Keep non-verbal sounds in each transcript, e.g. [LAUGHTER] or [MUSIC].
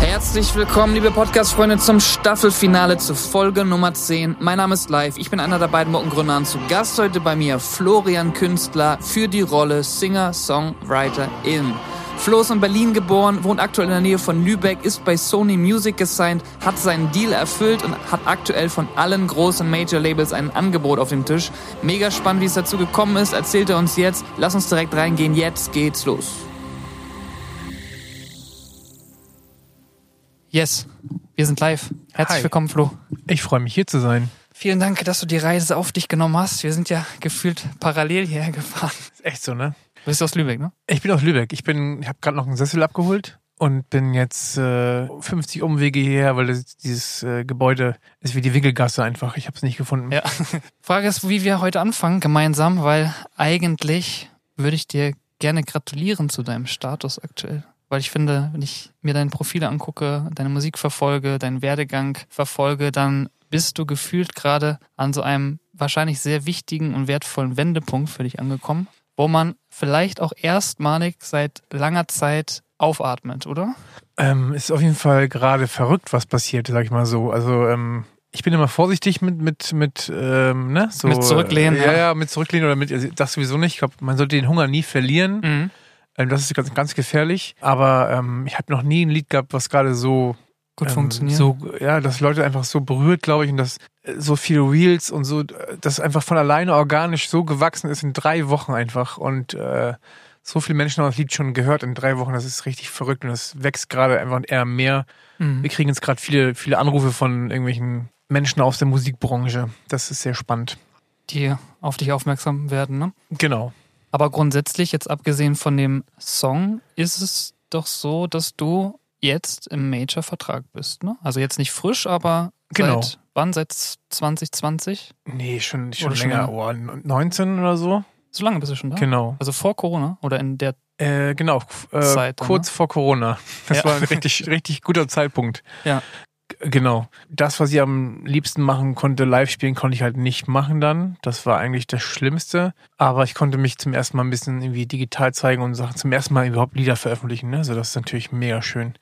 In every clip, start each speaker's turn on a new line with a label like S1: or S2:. S1: Herzlich willkommen, liebe Podcast-Freunde, zum Staffelfinale zu Folge Nummer 10. Mein Name ist Live, ich bin einer der beiden Mockengründer und zu Gast heute bei mir Florian Künstler für die Rolle Singer-Songwriter in. Flo ist in Berlin geboren, wohnt aktuell in der Nähe von Lübeck, ist bei Sony Music gesigned, hat seinen Deal erfüllt und hat aktuell von allen großen Major-Labels ein Angebot auf dem Tisch. Mega spannend, wie es dazu gekommen ist, erzählt er uns jetzt. Lass uns direkt reingehen, jetzt geht's los. Yes, wir sind live. Herzlich
S2: Hi.
S1: willkommen, Flo.
S2: Ich freue mich hier zu sein.
S1: Vielen Dank, dass du die Reise auf dich genommen hast. Wir sind ja gefühlt parallel hierher gefahren.
S2: Ist echt so, ne?
S1: Du bist aus Lübeck, ne?
S2: Ich bin aus Lübeck. Ich bin, ich habe gerade noch einen Sessel abgeholt und bin jetzt äh, 50 Umwege hierher, weil das, dieses äh, Gebäude ist wie die Winkelgasse einfach. Ich habe es nicht gefunden.
S1: Ja. [LAUGHS] Frage ist, wie wir heute anfangen gemeinsam, weil eigentlich würde ich dir gerne gratulieren zu deinem Status aktuell. Weil ich finde, wenn ich mir deine Profile angucke, deine Musik verfolge, deinen Werdegang verfolge, dann bist du gefühlt gerade an so einem wahrscheinlich sehr wichtigen und wertvollen Wendepunkt für dich angekommen, wo man vielleicht auch erstmalig seit langer Zeit aufatmet, oder?
S2: Ähm, ist auf jeden Fall gerade verrückt, was passiert, sag ich mal so. Also ähm, ich bin immer vorsichtig mit mit mit ähm, ne so
S1: Mit zurücklehnen,
S2: Ja,
S1: ja.
S2: ja, mit zurücklehnen oder mit also das sowieso nicht. Ich glaube, man sollte den Hunger nie verlieren.
S1: Mhm.
S2: Ähm, das ist ganz ganz gefährlich. Aber ähm, ich habe noch nie ein Lied gehabt, was gerade so
S1: Gut
S2: ähm,
S1: funktioniert.
S2: So, ja, dass Leute einfach so berührt, glaube ich, und dass äh, so viele Reels und so, äh, das einfach von alleine organisch so gewachsen ist in drei Wochen einfach. Und äh, so viele Menschen haben das Lied schon gehört in drei Wochen, das ist richtig verrückt und das wächst gerade einfach eher mehr.
S1: Mhm.
S2: Wir kriegen jetzt gerade viele, viele Anrufe von irgendwelchen Menschen aus der Musikbranche. Das ist sehr spannend.
S1: Die auf dich aufmerksam werden, ne?
S2: Genau.
S1: Aber grundsätzlich, jetzt abgesehen von dem Song, ist es doch so, dass du jetzt im Major-Vertrag bist, ne? Also jetzt nicht frisch, aber
S2: Genau.
S1: seit wann? Seit 2020?
S2: Nee, schon, schon
S1: Oder schon
S2: länger.
S1: länger.
S2: Oh, 19 oder so.
S1: So lange bist du schon da?
S2: Genau.
S1: Also vor Corona oder in der
S2: Äh, genau, f- äh,
S1: Zeit, ne?
S2: kurz vor Corona. Das
S1: Ja.
S2: war
S1: [LAUGHS]
S2: ein richtig, richtig guter Zeitpunkt.
S1: Ja.
S2: G- Genau. Das, was ich am liebsten machen konnte, live spielen, konnte ich halt nicht machen dann. Das war eigentlich das Schlimmste. Aber ich konnte mich zum ersten Mal ein bisschen irgendwie digital zeigen und Sachen zum ersten Mal überhaupt Lieder veröffentlichen. Ne? Also das ist natürlich mega schön.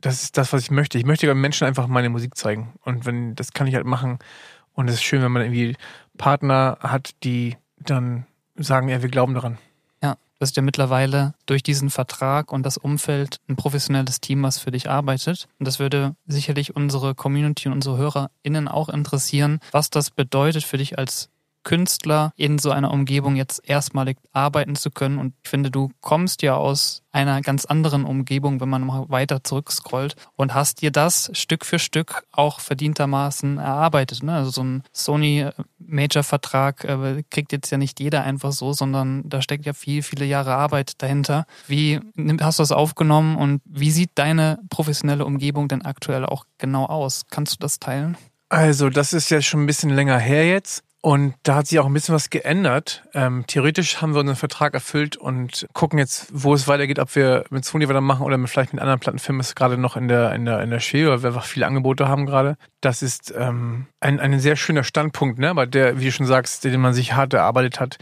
S2: Das ist das, was ich möchte. Ich möchte Menschen einfach meine Musik zeigen. Und wenn, das kann ich halt machen. Und es ist schön, wenn man irgendwie Partner hat, die dann sagen, ja, wir glauben daran.
S1: Ja, du hast ja mittlerweile durch diesen Vertrag und das Umfeld ein professionelles Team, was für dich arbeitet. Und das würde sicherlich unsere Community und unsere HörerInnen auch interessieren, was das bedeutet für dich als Künstler in so einer Umgebung jetzt erstmalig arbeiten zu können. Und ich finde, du kommst ja aus einer ganz anderen Umgebung, wenn man mal weiter zurückscrollt und hast dir das Stück für Stück auch verdientermaßen erarbeitet. Ne? Also so ein Sony-Major-Vertrag äh, kriegt jetzt ja nicht jeder einfach so, sondern da steckt ja viel, viele Jahre Arbeit dahinter. Wie nimm- hast du das aufgenommen und wie sieht deine professionelle Umgebung denn aktuell auch genau aus? Kannst du das teilen?
S2: Also, das ist ja schon ein bisschen länger her jetzt. Und da hat sich auch ein bisschen was geändert. Ähm, theoretisch haben wir unseren Vertrag erfüllt und gucken jetzt, wo es weitergeht, ob wir mit Sony weitermachen oder mit, vielleicht mit anderen Plattenfirmen. Das ist gerade noch in der, in der, in der Schwebe, weil wir einfach viele Angebote haben gerade. Das ist ähm, ein, ein sehr schöner Standpunkt, ne? Aber der, wie du schon sagst, den man sich hart erarbeitet hat.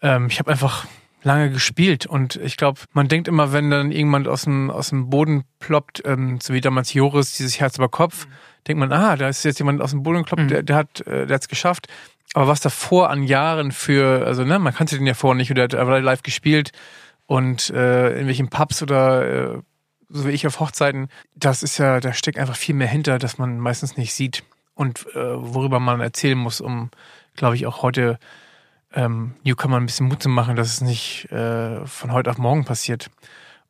S2: Ähm, ich habe einfach lange gespielt und ich glaube, man denkt immer, wenn dann irgendjemand aus dem, aus dem Boden ploppt, ähm, so wie damals Joris, dieses Herz über Kopf, denkt man, ah, da ist jetzt jemand aus dem Boden gekloppt,
S1: Mhm.
S2: der, der hat äh, der hat's geschafft. Aber was davor an Jahren für, also ne, man kannte den ja vorher nicht oder hat aber live gespielt und äh, in welchen Pubs oder äh, so wie ich auf Hochzeiten, das ist ja, da steckt einfach viel mehr hinter, dass man meistens nicht sieht und äh, worüber man erzählen muss, um, glaube ich, auch heute ähm, Newcomer ein bisschen Mut zu machen, dass es nicht äh, von heute auf morgen passiert.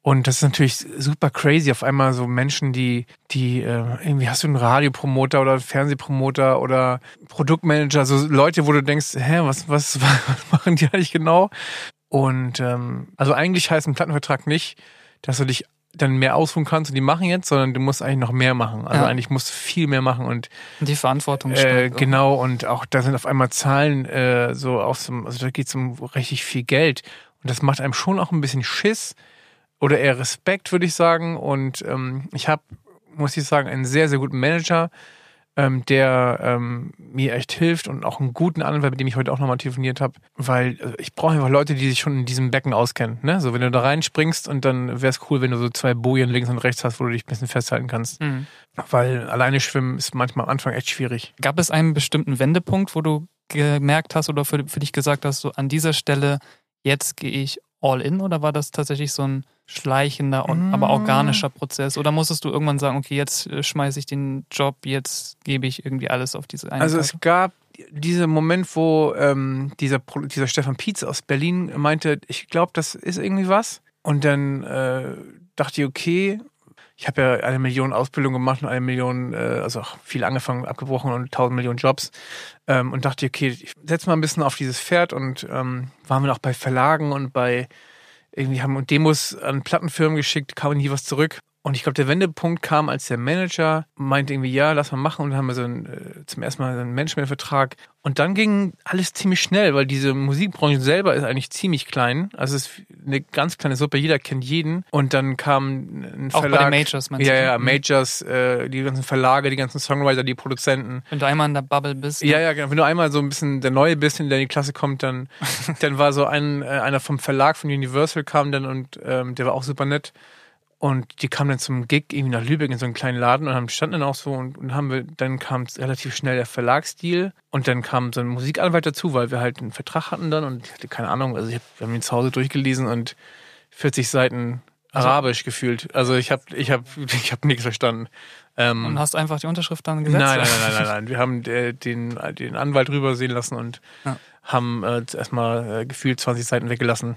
S2: Und das ist natürlich super crazy, auf einmal so Menschen, die, die äh, irgendwie hast du einen Radiopromoter oder einen Fernsehpromoter oder Produktmanager, so Leute, wo du denkst, hä, was, was, [LAUGHS] was machen die eigentlich genau? Und ähm, also eigentlich heißt ein Plattenvertrag nicht, dass du dich dann mehr ausruhen kannst und die machen jetzt, sondern du musst eigentlich noch mehr machen. Also
S1: Ja.
S2: eigentlich musst du viel mehr machen und
S1: Die Verantwortung
S2: äh,
S1: steigt, oder?
S2: genau, und auch da sind auf einmal Zahlen äh, so aus dem, also da geht's um richtig viel Geld. Und das macht einem schon auch ein bisschen Schiss oder eher Respekt, würde ich sagen. Und ähm, ich habe, muss ich sagen, einen sehr, sehr guten Manager, ähm, der ähm, mir echt hilft und auch einen guten Anwalt, mit dem ich heute auch nochmal telefoniert habe, weil äh, ich brauche einfach Leute, die sich schon in diesem Becken auskennen. Ne? So, wenn du da reinspringst und dann wäre es cool, wenn du so zwei Bojen links und rechts hast, wo du dich ein bisschen festhalten kannst.
S1: Mhm.
S2: Weil alleine schwimmen ist manchmal am Anfang echt schwierig.
S1: Gab es einen bestimmten Wendepunkt, wo du gemerkt hast oder für, für dich gesagt hast, so an dieser Stelle, jetzt gehe ich all in oder war das tatsächlich so ein schleichender, und- aber organischer Prozess? Oder musstest du irgendwann sagen, okay, jetzt schmeiße ich den Job, jetzt gebe ich irgendwie alles auf diese eine
S2: Also
S1: Karte?
S2: es gab diesen Moment, wo ähm, dieser, Pro- dieser Stefan Pietz aus Berlin meinte, ich glaube, das ist irgendwie was. Und dann äh, dachte ich, okay, ich habe ja eine Million Ausbildung gemacht und eine Million, äh, also auch viel angefangen, abgebrochen und tausend Millionen Jobs. Ähm, und dachte, okay, ich setz mal ein bisschen auf dieses Pferd und ähm, waren wir noch bei Verlagen und bei irgendwie haben und Demos an Plattenfirmen geschickt, kam nie was zurück. Und ich glaube, der Wendepunkt kam, als der Manager meinte irgendwie, ja, lass mal machen. Und dann haben wir so einen, äh, zum ersten Mal so einen Managementvertrag. Und dann ging alles ziemlich schnell, weil diese Musikbranche selber ist eigentlich ziemlich klein. Also es ist eine ganz kleine Suppe, jeder kennt jeden. Und dann kam ein
S1: Auch bei den
S2: Verlag.
S1: Majors, meinst
S2: ja,
S1: du?
S2: Ja, ja,
S1: Mhm.
S2: Majors, äh, die ganzen Verlage, die ganzen Songwriter, die Produzenten.
S1: Wenn du einmal in der Bubble bist,
S2: Ja, ja, genau. Wenn du einmal so ein bisschen der Neue bist, in der in die Klasse kommt, dann, dann war so ein, äh, einer vom Verlag von Universal kam dann und ähm, der war auch super nett. Und die kamen dann zum Gig irgendwie nach Lübeck in so einen kleinen Laden und haben standen dann auch so und, und haben wir, dann kam relativ schnell der Verlagsdeal und dann kam so ein Musikanwalt dazu, weil wir halt einen Vertrag hatten dann und ich hatte keine Ahnung, also ich hab, wir haben ihn zu Hause durchgelesen und 40 Seiten Arabisch gefühlt. Also ich habe ich hab, [LAUGHS] ich hab nichts verstanden. Ähm,
S1: und hast einfach die Unterschrift dann gesetzt?
S2: Nein, nein, nein, nein, nein. Wir haben äh, den, den Anwalt rübersehen lassen und
S1: Ja.
S2: haben äh, erstmal äh, gefühlt 20 Seiten weggelassen.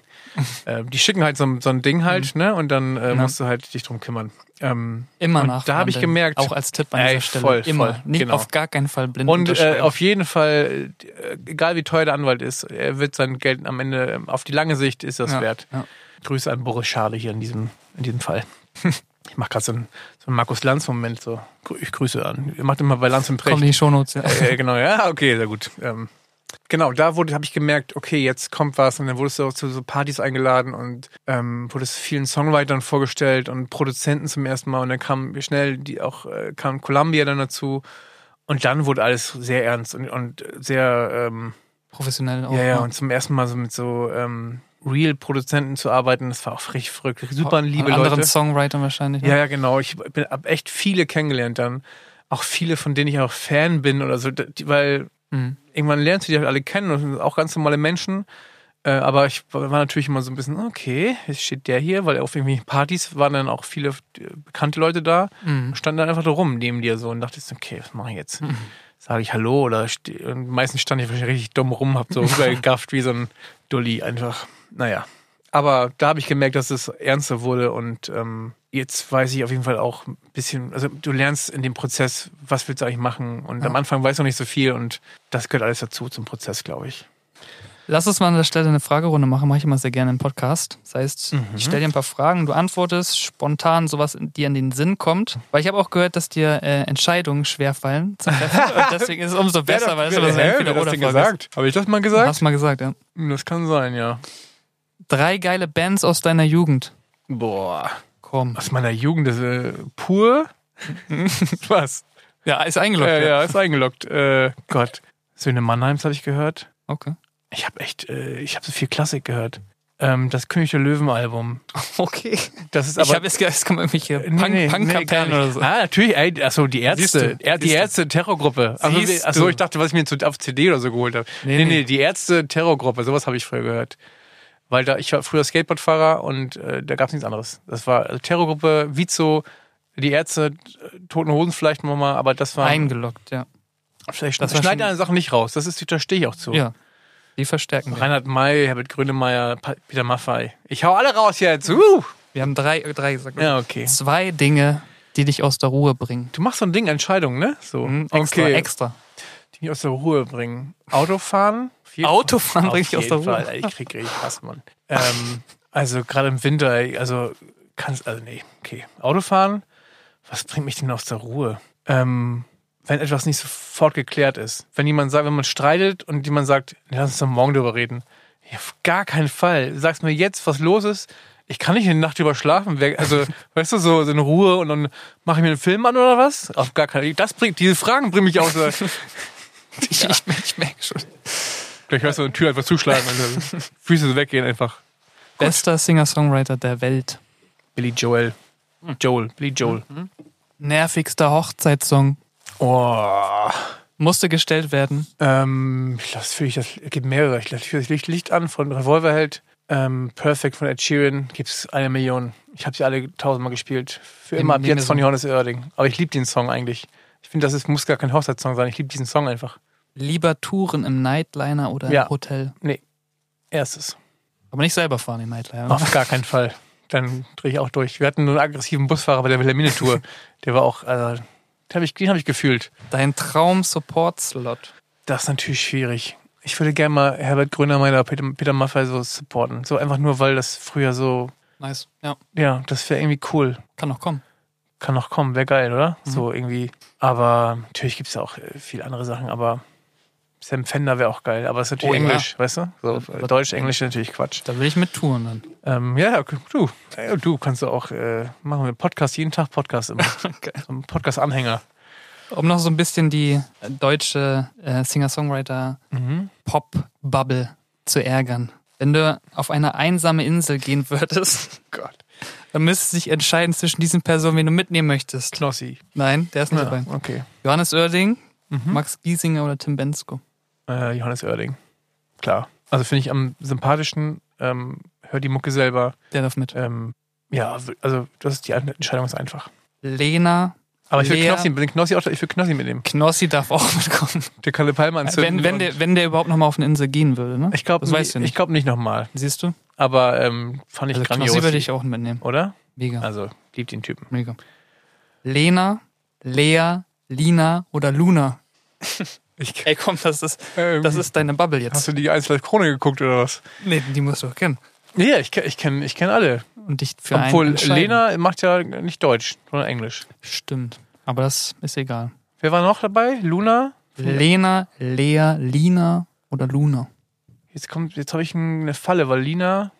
S2: äh, die schicken halt so, ein- so ein Ding halt,
S1: Mhm.
S2: ne? Und dann äh, musst du halt dich drum kümmern. Ähm,
S1: [LAUGHS] Immer
S2: Und
S1: nach.
S2: da hab ich gemerkt,
S1: Auch als Tipp an
S2: ey,
S1: dieser Stelle.
S2: voll,
S1: immer.
S2: voll,
S1: Nicht
S2: genau.
S1: auf gar keinen Fall blind
S2: und äh,
S1: unterschreiben.
S2: auf jeden Fall, äh, egal wie teuer der Anwalt ist, er wird sein Geld am Ende, ähm, auf die lange Sicht ist das
S1: Ja,
S2: wert.
S1: ja.
S2: Grüße an Boris Schade hier in diesem, in diesem Fall. [LAUGHS] Ich mache gerade so einen, so einen Markus Lanz-Moment. So. Grü- Ich grüße an. Ihr macht immer bei Lanz und Precht.
S1: Kommt in die Shownotes, ja.
S2: [LAUGHS] Äh, genau, ja, okay, sehr gut. Ähm, genau, da wurde, habe ich gemerkt, okay, jetzt kommt was und dann wurdest du auch zu so Partys eingeladen und ähm, wurdest vielen Songwritern vorgestellt und Produzenten zum ersten Mal und dann kam schnell die auch äh, kam Columbia dann dazu und dann wurde alles sehr ernst und, und sehr ähm,
S1: Professionell auch.
S2: ja, ja,
S1: ne?
S2: und zum ersten Mal so mit so ähm, Real-Produzenten zu arbeiten, das war auch richtig verrückt. Super liebe
S1: An anderen
S2: Leute.
S1: Songwritern wahrscheinlich. ne?
S2: Ja, ja, genau. Ich bin hab echt viele kennengelernt dann. Auch viele, von denen ich auch Fan bin oder so, die- weil
S1: Mhm.
S2: irgendwann lernst du die halt alle kennen und sind auch ganz normale Menschen. Äh, aber ich war war natürlich immer so ein bisschen, okay, jetzt steht der hier, weil auf irgendwelchen Partys waren dann auch viele äh, bekannte Leute da
S1: Mhm.
S2: und standen dann einfach da rum neben dir so und dachte ich so, okay, was mache ich jetzt? Sage ich Hallo oder ste- und meistens stand ich wahrscheinlich richtig dumm rum, hab so rübergegafft wie so ein Dulli einfach. Naja. Aber da habe ich gemerkt, dass es ernster wurde und ähm, jetzt weiß ich auf jeden Fall auch ein bisschen, also du lernst in dem Prozess, was willst du eigentlich machen und am Anfang weißt du noch nicht so viel und das gehört alles dazu zum Prozess, glaube ich.
S1: Lass uns mal an der Stelle eine Fragerunde machen. Mache ich immer sehr gerne im Podcast. Das heißt,
S2: Mhm.
S1: ich stelle dir ein paar Fragen, du antwortest spontan sowas, dir in den Sinn kommt. Weil ich habe auch gehört, dass dir äh, Entscheidungen schwerfallen. zu
S2: [LAUGHS]
S1: treffen. Und Deswegen ist es umso besser, weil es immer so entweder oder Frage ist.
S2: Habe ich das mal gesagt?
S1: Hast mal gesagt, ja.
S2: Das kann sein, ja.
S1: Drei geile Bands aus deiner Jugend.
S2: Boah.
S1: Komm.
S2: Aus meiner Jugend, das äh, pur. [LAUGHS] was?
S1: Ja, ist eingeloggt.
S2: Äh, ja,
S1: [LAUGHS]
S2: ist eingeloggt. Äh, Gott. Söhne Mannheims habe ich gehört.
S1: Okay.
S2: Ich habe echt, äh, ich habe so viel Klassik gehört. Ähm, das König der Löwen Album.
S1: Okay.
S2: Das ist
S1: ich
S2: aber
S1: habe jetzt gedacht, es kommen irgendwelche
S2: Äh, Nee,
S1: Punk,
S2: nee, nee, gar
S1: Punkkapellen
S2: nicht.
S1: oder so.
S2: Ah, natürlich. ey, Achso, die Ärzte.
S1: Siehst du,
S2: Er- die
S1: siehst du.
S2: Ärzte Terrorgruppe. Also,
S1: Siehst
S2: achso,
S1: du.
S2: ich dachte, was ich mir zu- auf CD oder so geholt habe. Nee,
S1: Nee,
S2: nee,
S1: nee.
S2: die Ärzte Terrorgruppe. Sowas habe ich früher gehört. Weil da, ich war früher Skateboardfahrer und äh, da gab es nichts anderes. Das war also Terrorgruppe, Vizo, die Ärzte, äh, Toten Hosen vielleicht nochmal, aber das war.
S1: Eingeloggt, ja.
S2: vielleicht
S1: das
S2: das
S1: war
S2: schneid
S1: schon-
S2: eine Sache nicht raus. Das ist, da stehe ich auch zu.
S1: Ja. Die verstärken wir.
S2: Reinhard May, Herbert Grönemeyer, Pa- Peter Maffei. Ich hau alle raus jetzt. Uh!
S1: Wir haben drei, äh, drei gesagt.
S2: Ja, okay.
S1: Zwei Dinge, die dich aus der Ruhe bringen.
S2: Du machst so ein Ding, Entscheidung, ne? So.
S1: Mhm, Extra, extra. [LAUGHS]
S2: die mich aus der Ruhe bringen. Autofahren? Auf jeden
S1: Autofahren
S2: Fall.
S1: bringt dich
S2: Auf
S1: aus der
S2: jeden
S1: Ruhe.
S2: Fall. Ich krieg richtig Hass, Mann. ähm, also gerade im Winter, ey, also kannst, also nee, okay. Autofahren, was bringt mich denn aus der Ruhe? Ähm, wenn etwas nicht sofort geklärt ist. Wenn jemand sagt, wenn man streitet und jemand sagt, lass uns doch morgen drüber reden. Ja, auf gar keinen Fall. Sagst mir jetzt, was los ist. ich kann nicht eine Nacht drüber schlafen. Wer- Also, [LAUGHS] weißt du, so, so in Ruhe und dann mache ich mir einen Film an oder was? Auf gar keinen Das bringt, diese Fragen bringen mich aus. der-
S1: Ich, ich, ich merke schon.
S2: Gleich weißt du, eine Tür einfach zuschlagen und [LAUGHS] dann Füße so weggehen einfach.
S1: Bester Singer-Songwriter der Welt.
S2: Billy Joel. Joel, Billy Joel.
S1: Nervigster Hochzeitssong.
S2: Oh.
S1: Musste gestellt werden.
S2: Ähm, ich lasse für ich das, es gibt mehrere. Ich lasse für das Licht, Licht an von Revolverheld. Ähm, Perfect von Ed Sheeran gibt's eine Million. Ich habe sie alle tausendmal gespielt. Für
S1: Nimm-
S2: immer ab
S1: nimm mir
S2: jetzt von
S1: so.
S2: Johannes Oerding. Aber ich liebe den Song eigentlich. Ich finde, das ist, muss gar kein Hochzeitssong sein. Ich liebe diesen Song einfach.
S1: Lieber Touren im Nightliner oder im
S2: Ja.
S1: Hotel.
S2: Erstes.
S1: Aber nicht selber fahren, den Nightliner.
S2: [LAUGHS] Auf gar keinen Fall. Dann drehe ich auch durch. Wir hatten nur einen aggressiven Busfahrer bei der Wilhelmine-Tour. der war auch, also, den habe ich, den hab ich gefühlt.
S1: Dein Traum-Support-Slot.
S2: Das ist natürlich schwierig. Ich würde gerne mal Herbert Grönemeyer, Peter, Peter Maffay so supporten. So einfach nur, weil das früher so,
S1: Nice. Ja,
S2: ja, das wäre irgendwie cool.
S1: kann noch kommen.
S2: Kann noch kommen, wäre geil, oder?
S1: Mhm.
S2: So irgendwie. Aber natürlich gibt es ja auch äh, viele andere Sachen, aber Sam Fender wäre auch geil. Aber es ist natürlich
S1: Oh, ja.
S2: Englisch, weißt du? So,
S1: Ja,
S2: Deutsch, Englisch ist natürlich Quatsch.
S1: Da will ich mit Touren dann.
S2: Ähm, ja, ja, du, ja, du kannst du auch, äh, machen wir einen Podcast, jeden Tag
S1: [LAUGHS]
S2: Podcast immer. So ein Podcast-Anhänger.
S1: Um noch so ein bisschen die äh, deutsche äh, Singer-Songwriter-Pop-Bubble zu ärgern. Wenn du auf eine einsame Insel gehen würdest, [LAUGHS] oh
S2: Gott.
S1: dann müsstest du dich entscheiden zwischen diesen Personen, wen du mitnehmen möchtest.
S2: Knossi.
S1: Nein, der ist nicht
S2: Ja,
S1: dabei.
S2: okay. Mhm.
S1: Johannes Oerding, Max Giesinger oder Tim Bensko.
S2: Äh, Johannes Oerding. Klar. Also finde ich am sympathischsten, ähm, hör die Mucke selber.
S1: Der darf mit.
S2: Ähm, ja, w- also das ist die An- Entscheidung ist einfach.
S1: Lena
S2: Aber ich will
S1: Lea-
S2: Knossi, den Knossi auch, ich will Knossi mitnehmen.
S1: Knossi darf auch [LAUGHS] mitkommen.
S2: Der Kalle Palmer anzünden.
S1: Wenn, wenn, der, wenn der überhaupt nochmal auf eine Insel gehen würde, ne?
S2: und- ich glaube
S1: das weißt du
S2: nicht,
S1: nicht.
S2: ich glaub nicht nochmal.
S1: Siehst du?
S2: Aber ähm, fand ich
S1: Also
S2: grandios.
S1: Knossi würde ich auch mitnehmen.
S2: Oder?
S1: Mega.
S2: Also, lieb den Typen.
S1: Mega. Lena, Lea, Lina oder Luna.
S2: Ich,
S1: Ey, komm, das ist,
S2: ähm,
S1: das ist deine Bubble
S2: hast
S1: jetzt.
S2: du die einzelne Krone geguckt oder was?
S1: Nee, die musst du auch kennen.
S2: Ja, ich, ke- ich kenne ich kenn alle.
S1: Und dich für
S2: Obwohl
S1: einen entscheiden.
S2: Lena macht ja nicht Deutsch, sondern Englisch.
S1: Stimmt. Aber das ist egal.
S2: Wer war noch dabei? Luna?
S1: Lena, Lea, Lina oder Luna.
S2: Jetzt kommt, jetzt habe ich eine Falle, weil Lina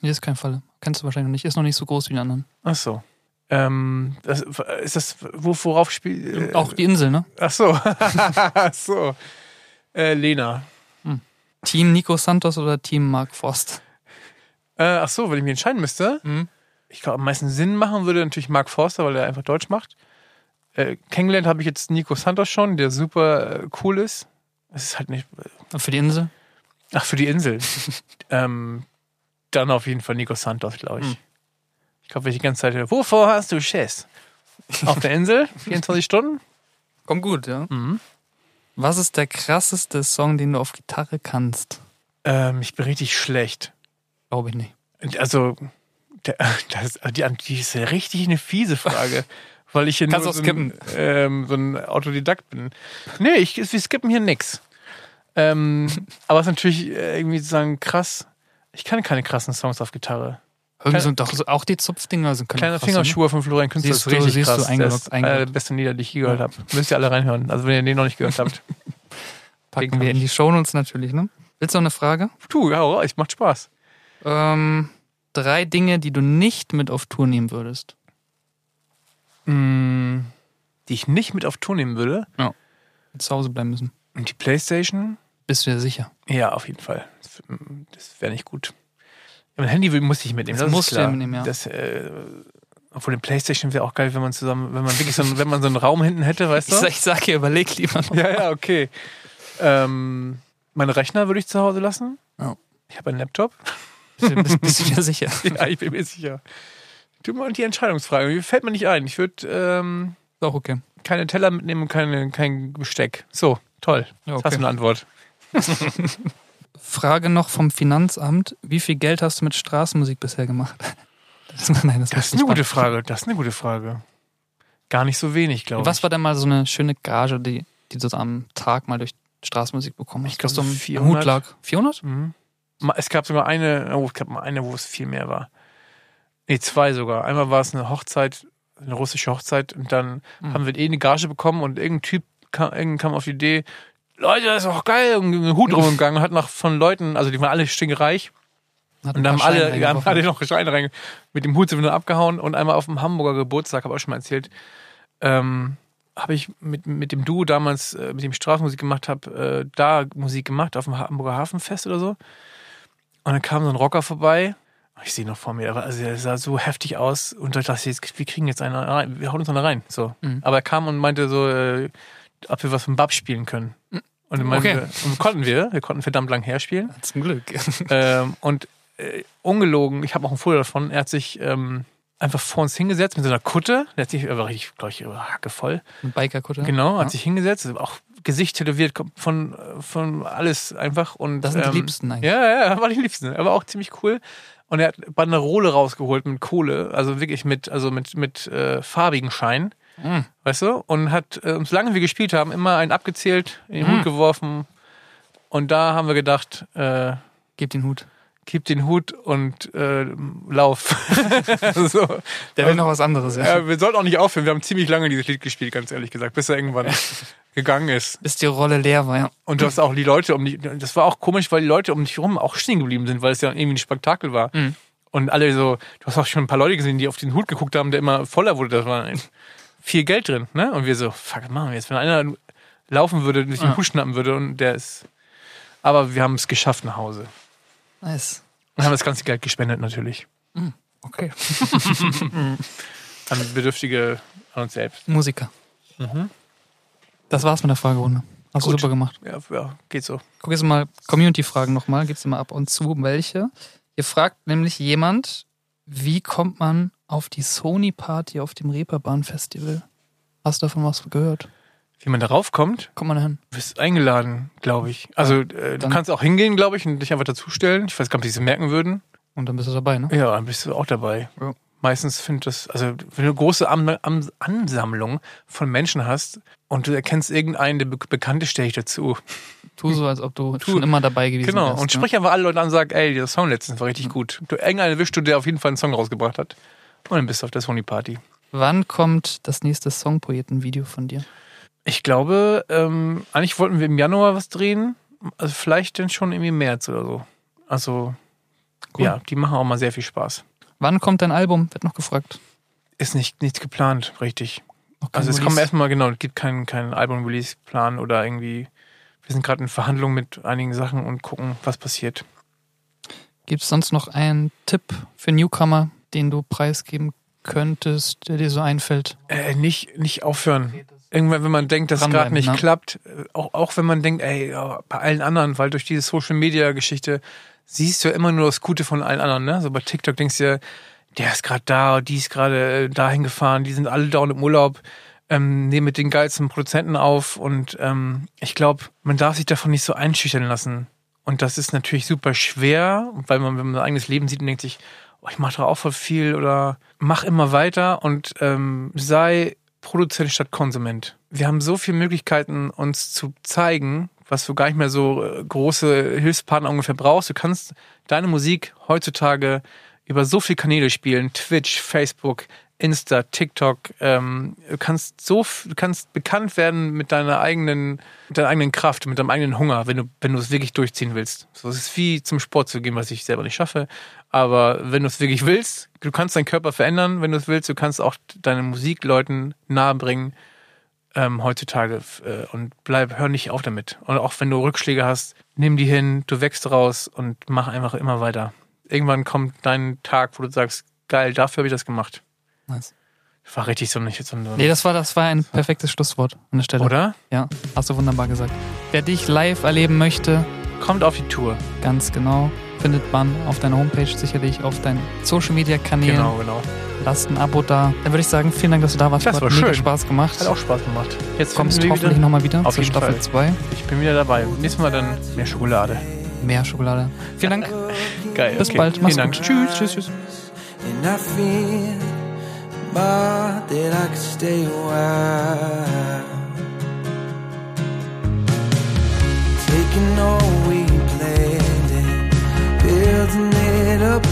S1: Hier ist kein Fall. Kennst du wahrscheinlich noch nicht. Ist noch nicht so groß wie die anderen.
S2: Ach so. Ähm, das, ist das, wo, worauf spielt. Äh,
S1: Auch die Insel, ne?
S2: Ach so. [LAUGHS] Ach so. Äh, Lena.
S1: Team Nico Santos oder Team Mark Frost?
S2: Äh, ach so, wenn ich mich entscheiden müsste. Ich glaube, am meisten Sinn machen würde natürlich Mark Forster, weil er einfach Deutsch macht. Äh, kennengelernt habe ich jetzt Nico Santos schon, der super äh, cool ist. Es ist halt nicht.
S1: Und [LAUGHS] Für die Insel?
S2: Ach, für die Insel. ähm, dann auf jeden Fall Nico Santos, glaube ich. Ich glaube, wenn ich die ganze Zeit. höre, Wovor hast du Schiss? Auf der Insel? 24 Stunden?
S1: Kommt gut, ja. Mhm. Was ist der krasseste Song, den du auf Gitarre kannst?
S2: Ähm, ich bin richtig schlecht.
S1: Glaube ich nicht.
S2: Also, der, [LAUGHS] das, die, die ist ja richtig eine
S1: [LAUGHS]
S2: fiese Frage. Weil ich hier
S1: Kannst
S2: nur
S1: auch
S2: so ein, ähm, so ein Autodidakt bin. Nee, ich, wir skippen hier nix.
S1: [LAUGHS]
S2: Ähm, aber es ist natürlich äh, irgendwie zu sagen, krass. Ich kann keine krassen Songs auf Gitarre.
S1: Irgendwie
S2: Klein-
S1: so, doch, so, auch die Zupfdinger sind
S2: Kleiner
S1: krass, ne?
S2: Fingerschuhe von Florian Künstler
S1: Siehst
S2: ist
S1: du,
S2: richtig
S1: siehst du,
S2: krass.
S1: eingeloggt,
S2: das ist einer der
S1: eingeloggt.
S2: besten Lieder, die ich je gehört habe. Müsst ihr alle reinhören. Also wenn ihr den noch nicht
S1: [LAUGHS]
S2: gehört habt.
S1: Packen wir in die Shownotes natürlich, ne? Willst du noch eine Frage?
S2: Du, ja, oh, es macht Spaß.
S1: Ähm, drei Dinge, die du nicht mit auf Tour nehmen würdest.
S2: Mm, die ich nicht mit auf Tour nehmen würde.
S1: Die Zu Hause bleiben müssen.
S2: Und die Playstation.
S1: Bist du dir sicher?
S2: Ja, auf jeden Fall. Das, mm, das wäre nicht gut. Ja, Mein Handy will- muss ich mitnehmen.
S1: Das
S2: Das, ist
S1: musst du
S2: klar.
S1: mitnehmen, ja.
S2: Das, äh, obwohl den Playstation wäre auch geil, wenn man zusammen, wenn man wirklich so, einen- wenn man so einen Raum hinten [LAUGHS] hätte, weißt
S1: Ich sag,
S2: du?
S1: ich sag hier, überleg lieber noch.
S2: Ja, ja, okay. Ähm, meinen Rechner würde ich zu Hause lassen.
S1: Ja.
S2: Ich habe einen Laptop.
S1: Bist, du- [LAUGHS] bist, bist du dir sicher?
S2: [LAUGHS] Ja, ich bin mir sicher. Du mal die Entscheidungsfrage. Mir fällt mir nicht ein. Ich würde ähm,
S1: Ist auch okay.
S2: keine Teller mitnehmen und keine, kein Besteck. So, toll.
S1: Ja,
S2: Jetzt hast
S1: okay.
S2: du eine Antwort.
S1: Frage noch vom Finanzamt. Wie viel Geld hast du mit Straßenmusik bisher gemacht? [LAUGHS] Das, ist- nein, das,
S2: Das ist
S1: war
S2: eine gute
S1: Spaß.
S2: Frage. Das ist eine gute Frage. Gar nicht so wenig, glaube ich.
S1: Was war denn mal so eine schöne Gage, die, die du so am Tag mal durch Straßenmusik bekommen hast?
S2: Ich glaub,
S1: was so im
S2: 400.
S1: Hut lag. 400?
S2: Mhm. Ma- Es gab sogar eine, oh, es gab mal eine, wo es viel mehr war. Nee, zwei sogar. Einmal war es eine Hochzeit, eine russische Hochzeit und dann
S1: Mhm.
S2: haben wir eh eine Gage bekommen und irgendein Typ kam, irgendein kam auf die Idee, Leute, das ist doch geil, und einen Hut rumgegangen und hat nach von Leuten, also die waren alle stinkreich,
S1: Hat ein
S2: Und da haben
S1: paar Scheine
S2: alle, ja, haben
S1: reingeworfen.
S2: alle noch Scheine rein. Mit dem Hut sind wir nur abgehauen und einmal auf dem Hamburger Geburtstag, habe ich auch schon mal erzählt, ähm, habe ich mit, mit dem Duo damals, äh, mit dem ich Straßenmusik gemacht habe, äh, da Musik gemacht, auf dem Hamburger Hafenfest oder so. Und dann kam so ein Rocker vorbei. Ich sehe ihn noch vor mir, aber also er sah so heftig aus und ich dachte, jetzt, wir kriegen jetzt einen rein, wir hauen uns einen rein. So.
S1: Mhm.
S2: Aber er kam und meinte so, äh, ob wir was vom Bab spielen können. Und, dann meinten
S1: Mhm. Okay.
S2: wir, und konnten wir, wir konnten verdammt lang herspielen.
S1: Zum Glück.
S2: Ähm, und äh, ungelogen, ich habe auch ein Foto davon, er hat sich ähm, einfach vor uns hingesetzt mit so einer Kutte. Der hat sich, er war richtig, glaube ich, Hacke voll.
S1: Ein Bikerkutter.
S2: Genau, hat sich hingesetzt, auch Gesicht tätowiert, kommt von, von alles einfach. Und, ähm,
S1: Das sind die Liebsten eigentlich.
S2: Ja, ja, ja, war die Liebsten. Aber auch ziemlich cool. Und er hat Banderole rausgeholt mit Kohle, also wirklich mit, also mit, mit äh, farbigen Schein.
S1: Hm,
S2: Weißt du? Und hat äh, uns, lange wir gespielt haben, immer einen abgezählt, in den
S1: Mhm.
S2: Hut geworfen. Und da haben wir gedacht, äh,
S1: Gebt den Hut.
S2: gib den Hut und äh, lauf. [LAUGHS] so.
S1: Der will noch was anderes, ja.
S2: Äh, wir sollten auch nicht aufhören. Wir haben ziemlich lange dieses Lied gespielt, ganz ehrlich gesagt, bis er irgendwann gegangen ist.
S1: Bis die Rolle leer war, ja.
S2: Und dass auch die Leute um die, das war auch komisch, weil die Leute um dich herum auch stehen geblieben sind, weil es ja irgendwie ein Spektakel war. Und alle so, du hast auch schon ein paar Leute gesehen, die auf den Hut geguckt haben, der immer voller wurde. Da war viel Geld drin, ne? Und wir so, fuck, was machen wir jetzt? Wenn einer laufen würde, sich den Hut schnappen würde und der ist. Aber wir haben es geschafft nach Hause.
S1: Nice.
S2: Und haben das ganze Geld gespendet natürlich.
S1: Okay.
S2: An Bedürftige, an uns selbst.
S1: Musiker.
S2: Mhm.
S1: Das war's mit der Fragerunde. Hast du
S2: Gut.
S1: super gemacht.
S2: Ja, ja geht so.
S1: Guck jetzt mal Community-Fragen nochmal. Geht's immer ab und zu welche. Hier fragt nämlich jemand, wie kommt man auf die Sony-Party auf dem Reeperbahn-Festival? Hast du davon was gehört?
S2: Wie man darauf kommt,
S1: Kommt man da hin?
S2: Du bist eingeladen, glaube ich. Also äh, du
S1: dann-
S2: kannst auch hingehen, glaube ich, und dich einfach dazustellen. Ich weiß gar nicht, ob die es merken würden.
S1: Und dann bist du dabei, ne?
S2: Ja, dann bist du auch dabei.
S1: Ja.
S2: Meistens findet das, also wenn du eine große Am Am Ansammlung von Menschen hast und du erkennst irgendeinen, der be Bekannte stelle ich dazu.
S1: Tu so, als ob du schon immer dabei gewesen
S2: Genau.
S1: wärst.
S2: und
S1: ne?
S2: sprich einfach alle Leute an und sag, ey, der Song letztens war richtig gut. Du irgendeinen erwischst du, der auf jeden Fall einen Song rausgebracht hat. Und dann bist du auf der Sony Party.
S1: Wann kommt das nächste Songpoeten-Video von dir?
S2: Ich glaube, ähm, eigentlich wollten wir im Januar was drehen. Also vielleicht dann schon irgendwie März oder so. Also,
S1: Cool.
S2: ja, die machen auch mal sehr viel Spaß.
S1: Wann kommt dein Album? Wird noch gefragt.
S2: Ist nicht, nichts geplant, richtig.
S1: Noch kein
S2: Also es
S1: Release.
S2: kommen erstmal, genau, es gibt keinen keinen Album-Release-Plan oder irgendwie. Wir sind gerade in Verhandlungen mit einigen Sachen und gucken, was passiert.
S1: Gibt es sonst noch einen Tipp für Newcomer, den du preisgeben könntest, der dir so einfällt?
S2: Äh, nicht, nicht aufhören. Irgendwann, wenn man denkt, dass es gerade
S1: Dranbleiben,
S2: nicht
S1: ne?
S2: klappt, äh, auch, auch wenn man denkt, ey, ja, bei allen anderen, weil durch diese Social-Media-Geschichte siehst du ja immer nur das Gute von allen anderen, ne? So bei TikTok denkst du dir, der ist gerade da, die ist gerade äh, dahin gefahren, die sind alle down im Urlaub, ähm, nehmen mit den geilsten Produzenten auf und ähm, ich glaube, man darf sich davon nicht so einschüchtern lassen. Und das ist natürlich super schwer, weil man, wenn man sein eigenes Leben sieht und denkt sich, oh, ich mache doch auch voll viel oder mach immer weiter und ähm, sei Produzent statt Konsument. Wir haben so viele Möglichkeiten, uns zu zeigen, was du gar nicht mehr so äh, große Hilfspartner ungefähr brauchst. Du kannst deine Musik heutzutage über so viele Kanäle spielen, Twitch, Facebook, Insta, TikTok. Ähm, du kannst so, f- du kannst bekannt werden mit deiner eigenen, mit deiner eigenen Kraft, mit deinem eigenen Hunger, wenn du, wenn du es wirklich durchziehen willst. So, es ist wie zum Sport zu gehen, was ich selber nicht schaffe. Aber wenn du es wirklich willst, du kannst deinen Körper verändern, wenn du es willst. Du kannst auch deine Musik Leuten nahebringen ähm, heutzutage f- äh, und bleib, hör nicht auf damit. Und auch wenn du Rückschläge hast, nimm die hin, du wächst raus und mach einfach immer weiter. Irgendwann kommt dein Tag, wo du sagst, geil, dafür habe ich das gemacht.
S1: Nice.
S2: Das war richtig so nicht so ein,
S1: Nee, also das war, das war ein perfektes Schlusswort an der Stelle.
S2: oder?
S1: Ja, hast du wunderbar gesagt. Wer dich live erleben möchte,
S2: Kommt auf die Tour.
S1: ganz genau, findet man auf deiner Homepage sicherlich, auf deinen Social Media Kanälen.
S2: Genau, genau.
S1: Lasst ein Abo da. Dann würde ich sagen, vielen Dank, dass du da warst.
S2: Das
S1: Hat
S2: war
S1: mega
S2: schön.
S1: Spaß gemacht.
S2: Hat auch Spaß gemacht. Jetzt
S1: Kommst
S2: finden wir
S1: hoffentlich
S2: wieder.
S1: nochmal wieder
S2: Auf
S1: zur
S2: jeden
S1: Staffel
S2: Fall.
S1: 2.
S2: Ich bin wieder dabei. Nächstes Mal dann mehr Schokolade.
S1: Mehr Schokolade. Vielen Dank.
S2: Geil.
S1: Bis
S2: okay.
S1: bald. Mach's
S2: Vielen Dank.
S1: gut.
S2: Tschüss, tschüss, tschüss.
S3: And I feel bad that I could stay a while. Taking all we planned and building it up